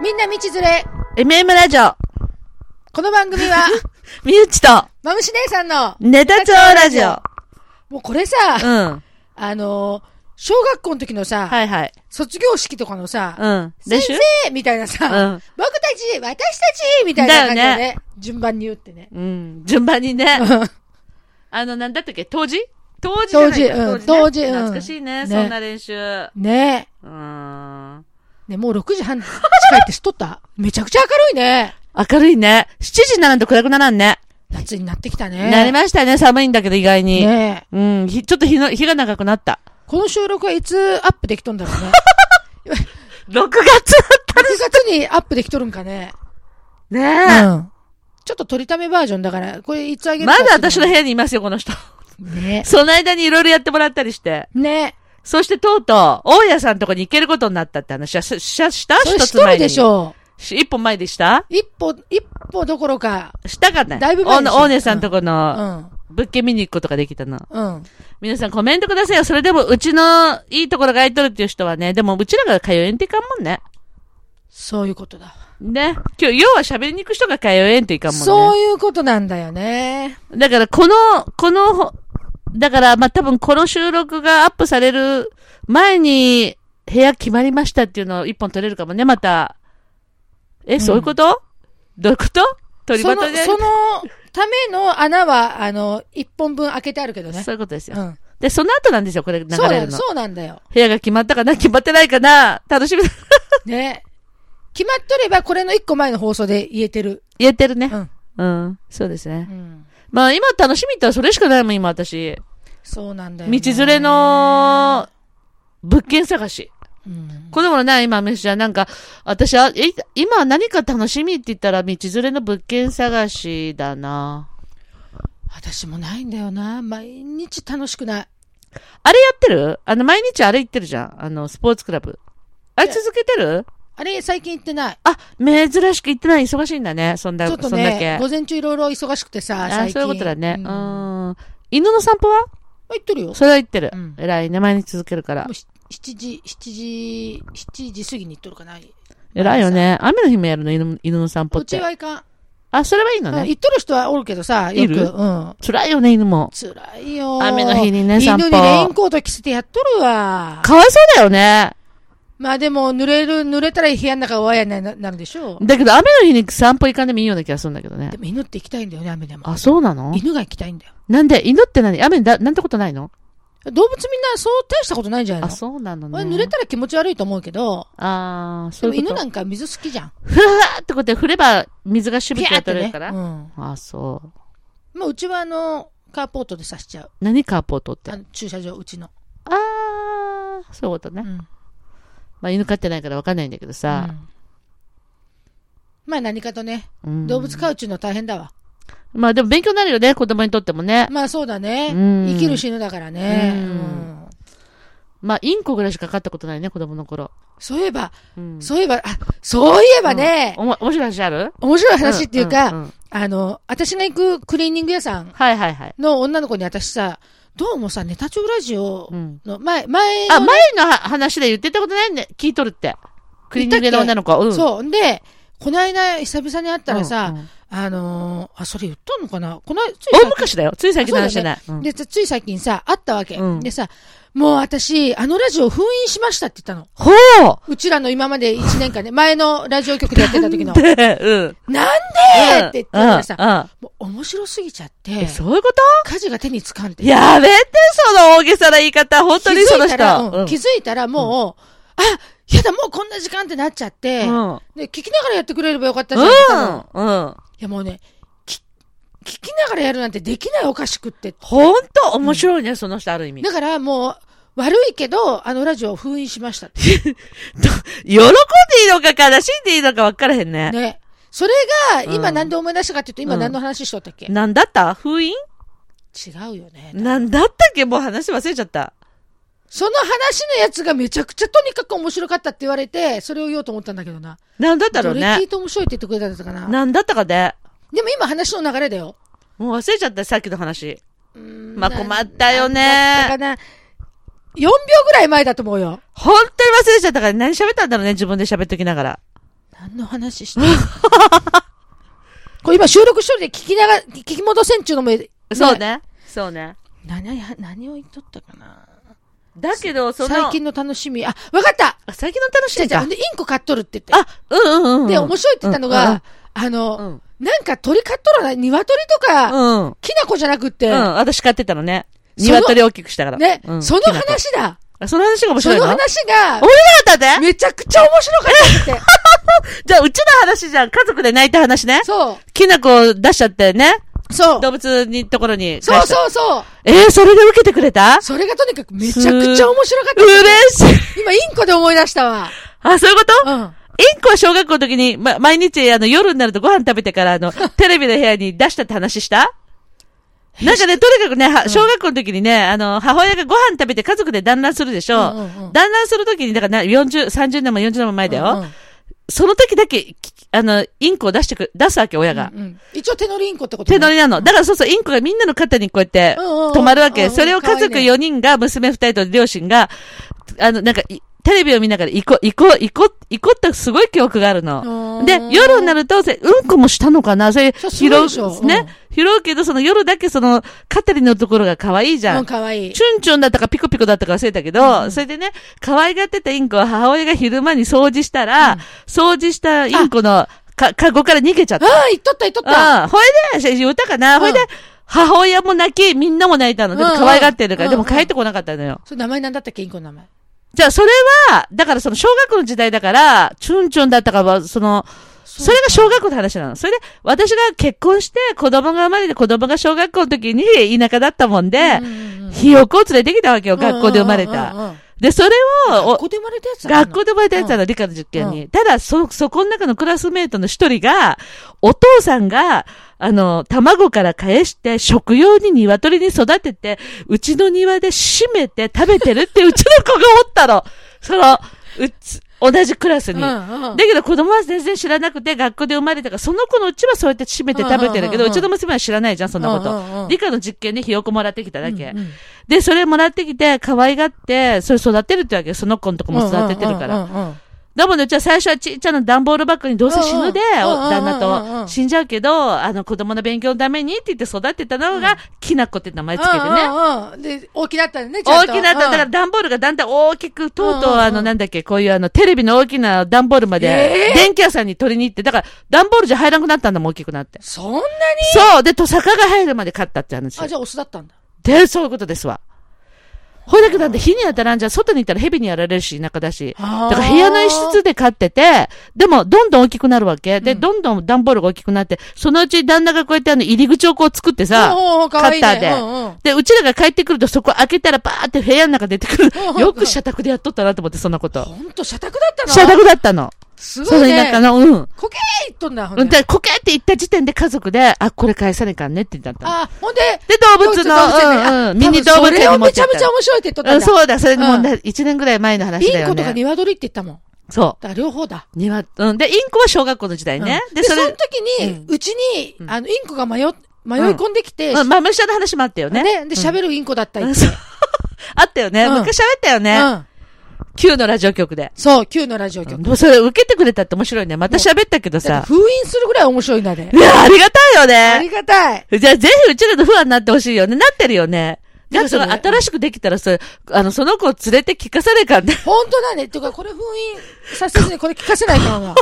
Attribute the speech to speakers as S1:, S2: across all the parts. S1: みんな道連れ。
S2: MM ラジオ、
S1: この番組 は、
S2: みゆちと、
S1: まむし姉さんの、
S2: ネタ帳ラジオ。
S1: もうこれさ、
S2: うん。
S1: あのー小学校の時のさ、
S2: はいはい。
S1: 卒業式とかのさ、
S2: うん。練
S1: 先
S2: 習
S1: 生みたいなさ、
S2: うん
S1: 僕たち、私たちみたいな感じでね
S2: だ
S1: 順番に言ってね。
S2: うん。順番にね。あの、なんだったっけ当時当時じゃないか
S1: 当時うん
S2: 当
S1: 当
S2: 時
S1: 時
S2: ね
S1: うん
S2: 懐かしいね、
S1: ね
S2: そんな練習。う
S1: ね
S2: ーん。
S1: ね、もう6時半近いって知っとっためちゃくちゃ明るいね。
S2: 明るいね。7時にならんと暗くならんね。
S1: 夏になってきたね。
S2: なりましたね、寒いんだけど意外に。
S1: ね
S2: うん。ひちょっと日の、日が長くなった。
S1: この収録はいつアップできとんだろう ね。
S2: 6月
S1: 6月にアップできとるんかね。う
S2: ね
S1: ん。ちょっと取りためバージョンだから、これいつあげ
S2: え。
S1: るか
S2: ま
S1: っていう
S2: だ
S1: の
S2: 私の部屋にいますよ、この人。
S1: ね。
S2: その間にいろいろやってもらったりして。
S1: ね。
S2: そしてとうとう、大家さんとこに行けることになったって話はし、し、した
S1: それ
S2: 一
S1: し
S2: つ
S1: と
S2: 前
S1: る
S2: に。
S1: でしょ
S2: し一本前でした
S1: う。一歩、一歩どころか。
S2: したかね
S1: だいぶ前でしょ
S2: お大家さんとこ
S1: う
S2: の
S1: ん。
S2: 物件見に行くことができたの。
S1: うん。
S2: 皆さんコメントくださいよ。それでも、うちのいいところが空いとるっていう人はね、でもうちらが通えんっていかんもんね。
S1: そういうことだ。
S2: ね。今日、要は喋りに行く人が通えんっていかんもんね。
S1: そういうことなんだよね。
S2: だから、この、このほ、だから、まあ、多分この収録がアップされる前に、部屋決まりましたっていうのを一本取れるかもね、また。え、そういうことどういうこと取り
S1: そ
S2: ま
S1: の、
S2: と
S1: そ
S2: めで。
S1: のための穴は、あの、一本分開けてあるけどね。
S2: そういうことです
S1: う
S2: よ。
S1: ん。
S2: で、その後なんですよ、これ流
S1: そう
S2: れ
S1: だ
S2: る
S1: よ、
S2: の。
S1: そうなんだよ。
S2: 部屋が決まったかな決まってないかな楽しみ。
S1: ね。決まっとれば、これの一個前の放送で言えてる。
S2: 言えてるね
S1: う。ん。
S2: うん。そうですね
S1: う。ん。
S2: まあ、今楽しみってそれしかないもん、今私。
S1: そうなんだよ、
S2: 道連れ、の、物件探し。
S1: うん。
S2: 子供のね、今、メッシャーなんか、私は、え、今何か楽しみって言ったら、道連れの物件探しだな。
S1: 私もないんだよな。毎日楽しくない。
S2: あれやってるあの、毎日あれ行ってるじゃん。あの、スポーツクラブ。あれ続けてる
S1: あれ、最近行ってない。
S2: あ、珍しく行ってない。忙しいんだね。そんだ、
S1: ちょっと
S2: そんだけ
S1: ね、。午前中いろいろ忙しくてさ、
S2: あ
S1: 最近。
S2: そういうことだね。う
S1: まあ、
S2: ん。犬の散歩は
S1: 行ってるよ。も
S2: それは行ってる
S1: うん。
S2: 偉いね。毎日続けるから
S1: う。し7時、7時、7時過ぎに行っとるかな。
S2: 偉いよね。雨の日もやるの、犬犬の散
S1: こ
S2: 歩っ
S1: っち
S2: て。
S1: はいかん。
S2: あ、それはいいの
S1: うん
S2: ね。
S1: 行っとる人はおるけどさ、よ
S2: い
S1: く。
S2: る
S1: うん。
S2: 辛いよね、犬も。
S1: 辛いよ。
S2: 雨の日にね散歩
S1: 犬にレインコート着せてやっとるわ。
S2: かわいそうだよね。
S1: まあでも、濡れる、濡れたら部屋の中はわやにななるでしょう。
S2: だけど、雨の日に散歩行かんでもいいような気がするんだけどね
S1: で。も犬って行きたいんだよね、雨でも。
S2: あ、そうなの
S1: 犬が行きたいんだよ。
S2: なんで、犬って何雨だ、なんてことないの
S1: 動物みんなそう大したことないんじゃない
S2: あ、
S1: の
S2: そうなのね。
S1: 俺濡れたら気持ち悪いと思うけど、
S2: あー、
S1: で
S2: そう
S1: も
S2: いう
S1: 犬
S2: こと。
S1: なんか水好きじゃん。
S2: ふわーってことで振れば水がしぶ
S1: ピ
S2: き
S1: ャー
S2: が
S1: って
S2: 取れ
S1: ね。
S2: るから。
S1: うん。
S2: あ、そう。
S1: まあ、うちはあの、カーポートで刺しちゃう。
S2: 何カーポートって。
S1: あ
S2: あ
S1: の駐車場、うちの。
S2: ー、そういうこと
S1: う
S2: ね。
S1: ん。
S2: まあ、犬飼ってないからわかんないんだけどさ
S1: う。んまあ何かとね、
S2: うん
S1: 動物飼うっちゅうのは大変だわ。
S2: まあ、でも勉強になるよね、子供にとってもね。
S1: まあそうだね。
S2: うん
S1: 生きる死ぬだからね。
S2: うん
S1: うん
S2: まあ、インコぐらいしか飼ったことないね、子供の頃。
S1: そういえば、
S2: うん。
S1: そういえば、あ、そういえばね、
S2: おも面白い話ある
S1: 面白い話っていうか、
S2: んんん
S1: あの、私が行くクリーニング屋さん
S2: はいはいはい。
S1: の女の子に私さ、どうもさ、ネタ帳ラジオ
S2: うん。
S1: の前、前の
S2: あ、前のは話で言ってたことないね。聞いとるって。クリーニング屋の女の子。うん。う。
S1: そう。んで、この間、久々に会ったらさ、
S2: うんうん
S1: あのーあ、それ言ったのかなこの、つい
S2: 大昔だよ。つい最近の話じゃない。う
S1: さ
S2: ん
S1: で、つつい最近さ、会ったわけ。
S2: うん
S1: でさ、もう私、あのラジオ封印しましたって言ったの。
S2: ほう
S1: うちらの今まで1年 間ね、前のラジオ局でやってた時の、なんで
S2: で、うん。
S1: ーって言ってたからさ、
S2: さ。
S1: もう面白すぎちゃっ
S2: え、
S1: て、
S2: そういうこと
S1: 家事が手につかんで。
S2: やめて、その大げさな言い方。本当にその
S1: 気づい
S2: 人
S1: たら、。うん
S2: うん
S1: 気づいたらもう、あ、やだ、もうこんな時間ってなっちゃって、
S2: うん。
S1: で、聞きながらやってくれればよかったじゃん、多分
S2: うん。うん。
S1: いやもうね、き聞きながらやるなんてできないおかしくって。
S2: 本当面白いね、その人ある意味。
S1: だからもう、悪いけど、あのラジオを封印しました。
S2: 喜んでいいのか悲しんでいいのか分からへんね。
S1: ね。それが、今
S2: うん
S1: なんで思い出したかっていうと、今
S2: うん
S1: 何の話しとったっけ、
S2: なんだった封印
S1: 違うよね。
S2: なんだったっけもう話忘れちゃった。
S1: その話のやつがめちゃくちゃとにかく面白かったって言われて、それを言おうと思ったんだけどな。
S2: なんだったろ
S1: ど
S2: う
S1: れ
S2: ね
S1: 聞い。て面白いって言ってくれたんだったかな。
S2: なんだったかね。
S1: でも今話の流れだよ。
S2: もう忘れちゃった、さっきの話。
S1: うーん
S2: まあ困ったよね
S1: なんだったかな。4秒ぐらい前だと思うよ。
S2: 本当に忘れちゃったから何喋ったんだろうね、自分で喋っときながら。
S1: 何の話してんの これ今収録処理で聞きながら、聞き戻せんちゅうのも、
S2: そう。ね。そうね。
S1: 何、何を言っとったかな
S2: だけど、その、
S1: 最近の楽しみ。あ、わかった
S2: あ最近の楽し
S1: じゃ
S2: み
S1: じゃ
S2: か
S1: あ、。でインコ買っとるって言っ
S2: あ、うんうんうん。
S1: て。で、面白いって言ったの
S2: うんうん
S1: が、あの、
S2: うん。
S1: なんか鳥買っとらない鶏と
S2: う
S1: か、
S2: ん。うん。
S1: きな粉じゃなくって、
S2: 私買ってたのね。
S1: その
S2: 鶏大きくしたから。
S1: ね
S2: う、ん
S1: その。
S2: きな粉
S1: 話だ。
S2: あその話が面
S1: そ
S2: 白い
S1: の
S2: の
S1: 話が、
S2: 俺らだって
S1: めちゃくちゃ面白かったっ て。
S2: じゃあ、うちの話じゃん。家族で泣いた話ね。
S1: そ
S2: きな粉出しちゃってね。
S1: う。そう。
S2: 動物に、ところに。
S1: そうそうそう。
S2: えー、それで受けてくれた
S1: それがとにかくめちゃくちゃ面白かった。
S2: 嬉しい。
S1: 今、インコで思い出したわ。
S2: あ、そういうこと
S1: うん。
S2: インコは小学校の時に、ま、毎日、あの、夜になるとご飯食べてから、あの、テレビの部屋に出したって話したな んかね、とにかくね、は小学校の時にね、あの、母親がご飯食べて家族で団らんするでしょ。
S1: うんうんうん
S2: 団らんする時に、だからな40、30年も40年も前だよ。
S1: うんうん
S2: その時だけ、きあの、インコを出してく、出すわけ、親が。
S1: うんうん一応手乗りインコってこと
S2: 手乗りなの。だからそうそう、インコがみんなの肩にこうやって
S1: うんうんうん
S2: 止まるわ
S1: うん
S2: け。
S1: うん
S2: それを家族
S1: 可愛いね
S2: 4人が、娘2人と両親が、あの、なんかい、テレビを見ながら、行こ、行こ、行こ、行こってすごい記憶がある
S1: う
S2: の
S1: ん。
S2: で、夜になると、せうんこもしたのかなそれ、
S1: そうす
S2: 拾
S1: る
S2: う
S1: でしょ、
S2: ね。拾うけど、その夜だけその、肩のところが可愛いじゃ
S1: うんん、。かわいい。
S2: チュンチュンだったかピコピコだったか忘れたけど、それでね、可愛がってたインコは母親が昼間に掃除したら、掃除したインコのか、カゴから逃げちゃった
S1: あ。あ、いっとった、いっとった。
S2: うん。ほいで、言ったかな、
S1: ん
S2: ほいで、母親も泣き、みんなも泣いたの。でも
S1: うんうん
S2: 可愛がってるから、
S1: うん
S2: で
S1: うん
S2: も帰ってこなかったのよ。
S1: それ名前なんだったっけ、インコの名前。
S2: じゃあ、それは、だからその小学校の時代だから、チュンチュンだったかは、その、それが小学校の話なの。それで、私が結婚して、子供が生まれて、子供が小学校の時に田舎だったもんで、ひよこを連れてきたわけよ、学校で生まれ
S1: うんうん
S2: た。
S1: うんうん。
S2: で、それを
S1: 学、校で生まれたやつ
S2: お学校
S1: で。
S2: で生まれたやつなの、理科の実験に。ただ、そ、そこの中のクラスメイトの一人が、お父さんが、あの、卵から返して、食用に鶏に育てて、うちの庭で締めて食べてるって、うちの子がおったの。 その、うつ、同じクラス
S1: う
S2: に。
S1: ん
S2: だ
S1: うん。
S2: けど子供は全然知らなくて、学校で生まれたから、その子のうちはそうやって締めて食べて
S1: う
S2: るけど、
S1: んうんうんうん
S2: うちの娘は知らないじゃん、そんなこ
S1: うんうんう
S2: と
S1: ん。
S2: 理科の実験でひよこもらってきただけ。
S1: うんうん
S2: で、それもらってきて、可愛がって、それ育てるってわけよ。その子のとこも育ててるから。
S1: うんうんうんうん
S2: だもんね、うちは最初はちっちゃな段ボールバッグにどうせ死ぬで、
S1: うんうん
S2: お旦那
S1: うんうんう
S2: と
S1: ん
S2: 死んじゃうけど、あの子供の勉強のためにって言って育てたのが、きなこって名前つけて
S1: うん
S2: ね。
S1: うんうんで、大きなったね、ちゃ
S2: 大
S1: んと
S2: きなった、だから
S1: うん
S2: 段ボールがだんだん大きく、とうとう
S1: うんうんうん
S2: あの、なんだっけ、こういうあの、テレビの大きな段ボールまで
S1: え、ー
S2: 電気屋さんに取りに行って、だから段ボールじゃ入らなくなったんだもん、大きくなって。
S1: そんなに
S2: そうで、と、坂が入るまで買ったって話。
S1: あ、じゃあオスだったんだ。
S2: で、そういうことですわ。ほいだけなんで火に当たらんじゃん、外に行ったら蛇にやられるし、田舎だし。だ
S1: あー
S2: から部屋の一室で飼ってて、でもどんどん大きくなるわけ。で、
S1: うん
S2: どんどん段ボールが大きくなって、そのうち旦那がこうやってあの入り口をこう作ってさ、
S1: おーおーかわいいね
S2: カッターで
S1: うんうん
S2: で、うちらが帰ってくるとそこ開けたらバーって部屋の中出てくる
S1: うんう。ん
S2: よく社宅でやっとったなと思って、そんなこと。
S1: ほんと、社宅だったの
S2: 社宅だったの。
S1: す
S2: そ
S1: ご
S2: う
S1: い
S2: になった
S1: ね。
S2: の、うん。
S1: こけーいっとんだ、ほ
S2: うんん。
S1: で。
S2: で、こけって言った時点で家族で、あ、これ返さねえかんねってなったの。
S1: あ、ほんで、
S2: で、動
S1: 動
S2: 物の、
S1: 園ね
S2: うん
S1: あ
S2: うん、ミニ
S1: 多
S2: 動物
S1: 分それ
S2: 園に
S1: を
S2: 持っ
S1: めち
S2: てっ
S1: ゃめちゃ
S2: たの
S1: 面白いって言っとった
S2: うんん
S1: だ。
S2: そうだ、それもう
S1: うん
S2: 1年ぐらい前の話だ
S1: イン
S2: よ
S1: コとか
S2: ね。
S1: 鶏って言ったもん。
S2: そ
S1: だから両方だ。
S2: う。にわ、うん。で、インコは小学校の時代ね。
S1: うん
S2: で、
S1: で、
S2: そ
S1: そ
S2: れ
S1: の、時に、うちに、あの、インコが迷っ、迷い込んできて、
S2: うん、まあ、むしゃの話もあったよね。
S1: ね、で、喋るインコだったり
S2: うんそう あったよね。
S1: うん
S2: 昔喋ったよね。
S1: うん。
S2: 旧のラジオ局で。
S1: そう、Q のラジオ
S2: で
S1: 局。
S2: もそれ受けてくれたって面白いね。また喋ったけ
S1: だ
S2: ど
S1: って
S2: さ。
S1: 封印するぐらい面白いんだね
S2: い。や、ありがたい
S1: あ
S2: よ
S1: り
S2: ね。
S1: がたい。
S2: じゃあ、ぜひうちらのファンになってほしいよね。なってるよね。
S1: な
S2: な
S1: っ
S2: んか
S1: てる
S2: その、新しくできたら、それ、あの、その子を連れて聞かされかんね。
S1: 本当だね。っていうか、これ封印させずにこれ聞かせないかんわ。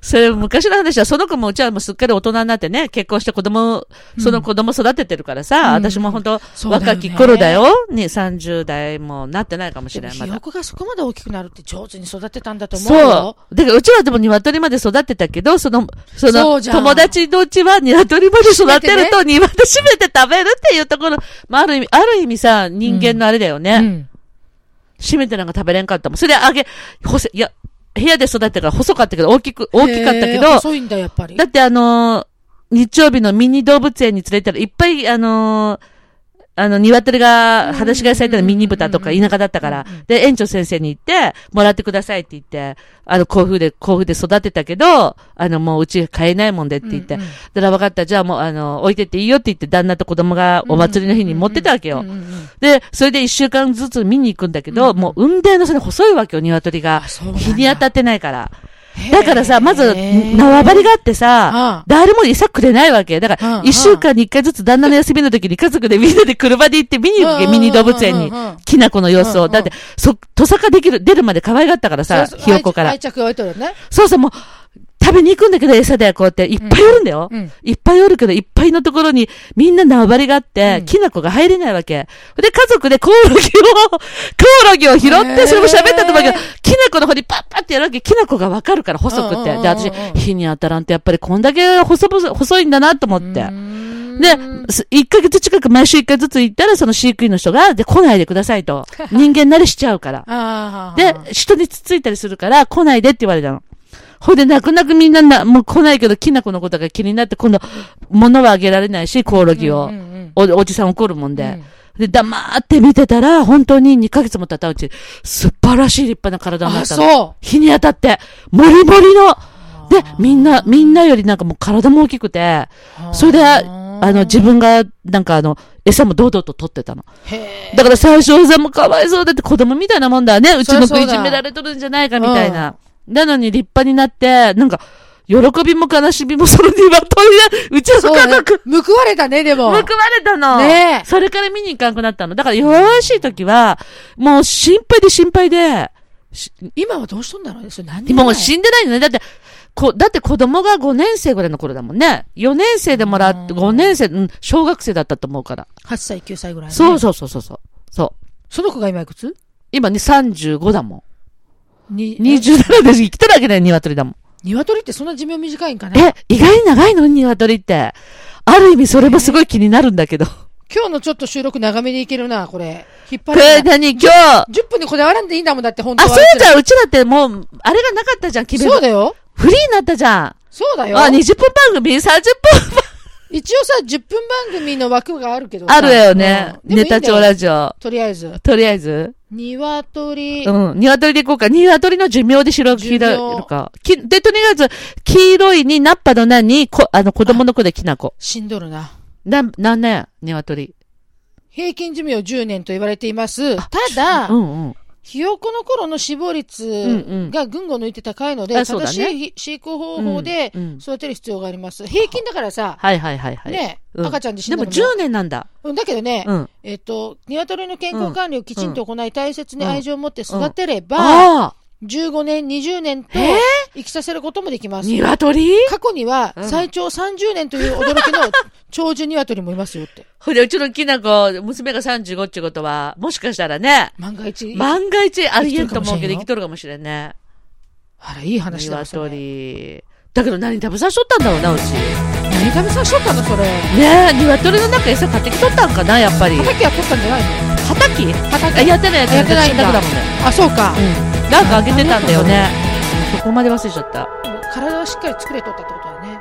S2: それ、昔の話は、その子もうちはもうすっかり大人になってね、結婚して子供、その子供育ててるからさ、
S1: うん
S2: 私も本当、
S1: そうだよね
S2: 若き頃だよ。に、30代もなってないかもし
S1: でも、
S2: れない、
S1: ひ
S2: ま
S1: よ
S2: だ。
S1: こがそこまで大きくなるって上手に育てたんだと思うよ
S2: そ。う。だから、うちはでも鶏まで育ってたけど、その、そ
S1: そ
S2: の、
S1: うじゃん
S2: 友達のうちは鶏まで育てると、鶏閉めて食べるっていうところ、まあ、ある意味、ある意味さ、人間のあれだよね。
S1: うん。
S2: 閉めてなんか食べれんかったもん。それあげ、ほせ、いや、部屋で育ってたから細かったけど、大きく、大きかったけ
S1: へー
S2: ど、
S1: 細いんだ、やっぱり。
S2: だってあのー日曜日のミニ動物園に連れてったら、いっぱいあのーあの、鶏が、裸足がされたのミニ豚とか田舎だったから、で、園長先生に行って、もらってくださいって言って、あの、甲府で、甲府で育てたけど、あの、もううち買えないもんでって言って、
S1: うんうん
S2: だから分かった、じゃあもう、あの、置いてっていいよって言って、旦那と子供がお祭りの日に持ってたわけよ。
S1: うんうんうん
S2: で、それで一週間ずつ見に行くんだけど、
S1: うん
S2: もう、雲泥のそれ細いわけよ、鶏が
S1: あそうな。んだ
S2: 日に当たってないから。だからさ、まず、
S1: へー
S2: 縄張りがあってさ、
S1: あ
S2: 誰も餌くれないわけ。だか
S1: うん
S2: ら
S1: う、ん
S2: 一週間に一回ずつ旦那の休みの時に家族でみんなで車で行って見に行くわけ、
S1: うん
S2: ミニ動物園に
S1: うんうんうん。
S2: きなこの様子
S1: うんう
S2: を。
S1: ん
S2: だって、そ、トサカできる、出るまで可愛がったからさ、
S1: そうそう
S2: ひよこから
S1: 愛。着愛着が湧いとるよね。
S2: そうそう、もう、食べに行くんだけど餌でこうやって、いっぱいおるんだよ。
S1: うん。
S2: いっぱいおるけど、いっぱいのところに、みんな縄張りがあって、
S1: うん
S2: きなこが入れないわけ。で、家族でコオロギを、 コオロギを拾っ
S1: へ
S2: て、
S1: ー
S2: それも喋ったと思うけど、きなこの方にパッパってやるわけ。きなこがわかるから、細くっ
S1: うんうんうんう
S2: て。
S1: ん
S2: で、私、火に当たらんと、やっぱりこんだけ細々、細いんだなと思って。で、す1ヶ月近く毎週1回ずつ行ったら、その飼育員の人が、で、来ないでくださ いと。人間慣れしちゃうから。
S1: ああ。
S2: で、人につついたりするから、来ないでって言われたの。ほいで、泣く泣くみんなな、もう来ないけど、きなこのことが気になって、今度、物はあげられないし、コオロギを。
S1: うんうん
S2: おおじさん怒るもんで、
S1: うん
S2: で、黙って見てたら、本当に2ヶ月も経ったうち、素晴らしい立派な体にな
S1: あ、
S2: ったの。
S1: そ
S2: 日に当たって、もりもりの。
S1: う。
S2: で、みんな、みんなよりなんかもう体も大きくて、
S1: あー
S2: それで、あの、自分が、なんかあの、餌も堂々と取ってたの。
S1: へえ
S2: だから最初はさ、もうかわいそうだって子供みたいなもんだね。うちの
S1: そり
S2: 食い
S1: ゃそうだ
S2: じめられとるんじゃないかみたいな。なのに立派になって、なんか、喜びも悲しみもそれには問いなうちの
S1: そう
S2: 家
S1: ね
S2: 族、。
S1: 報われたね、でも。
S2: 報われたの。
S1: ねえ
S2: それから見に行かなくなったの。だから、弱しい時は、もう心配で心配で、し
S1: 今はどうしとんだろうね。それ何年前
S2: もう死んでないのね。だって、こ、だって子供が5年生ぐらいの頃だもんね。4年生でもらって、
S1: うん
S2: 5年生、うん、小学生だったと思うから。
S1: 8歳、9歳ぐらいね。
S2: そうそうそうそうそう。そう。
S1: その子が今いくつ
S2: 今ね、35だもん。
S1: に
S2: 27で生きてるわけない、鶏だもん。
S1: 鶏ってそんな寿命短いんかな
S2: え、意外に長いの鶏って。ある意味それもすごい気になるんだけど。
S1: 今日のちょっと収録長めでいけるな、これ。引っ張る
S2: こ
S1: な
S2: れ何今日。あ、
S1: 10分にこだわらんでいいんだもんだって、本当は。
S2: そうじゃんうちらってもう、あれがなかったじゃん、決め
S1: そう
S2: る。
S1: だよ。
S2: フリーになったじゃん。あ、
S1: そうだよ。
S2: 20分番組 ?30 分
S1: 一応さ、10分番組の枠があるけどさ
S2: あるよね。
S1: うん
S2: ネタ
S1: でもい
S2: 帳
S1: いんだよ
S2: ラジオ。
S1: とりあえず。
S2: とりあえず。
S1: 鶏、
S2: うん。鶏でいこうか。鶏の寿命で白黄色いか。きで、とりあえず、黄色いに、ナッパの名に、こ、あの、子供の子できなこ。
S1: 死んどるな。
S2: な、なんね、鶏。
S1: 平均寿命10年と言われています。ただ、
S2: うんうん。
S1: ひよこの頃の死亡率が群を抜いて高いので、
S2: あそうだね
S1: 正しいひ飼育方法で
S2: うんうん
S1: 育てる必要があります。平均だからさ、
S2: はいはいはいはい。
S1: ね、
S2: うん
S1: 赤ちゃんで死んだ
S2: でも
S1: のも
S2: 10年なんだ。
S1: うんだけどね、
S2: うん。
S1: えっと、鶏の健康管理をきちんと行い、大切に愛情を持って育てれば、
S2: あ
S1: 15年、20年と
S2: え
S1: 生きさせることもできま
S2: あ
S1: す。
S2: 鶏
S1: 過去には
S2: うん
S1: 最長30年という驚きの長寿鶏もいますよって。
S2: ほいで、うちのきなこ、娘が35ってことは、もしかしたらね、
S1: 万が一。
S2: 万が一ありえんと思うけど生
S1: 生
S2: き
S1: き
S2: とるかもしれんね。
S1: あら、いい話だわそれ
S2: 鶏。だけど何食べさしとったんだろうな、うち。
S1: 何食べさしとったのそれ。
S2: ねえ、鶏の中餌買ってきとったんかな、やっぱり。
S1: 畑は取ったんじゃないの
S2: 畑あ、やってないやつ
S1: やってない
S2: 死
S1: ん
S2: んだ
S1: だ
S2: くだもんね。
S1: あ、そうか。
S2: うん。なんかあげてたんだよね。そこまで忘れちゃった。
S1: 体をしっかり作れとったってことだね。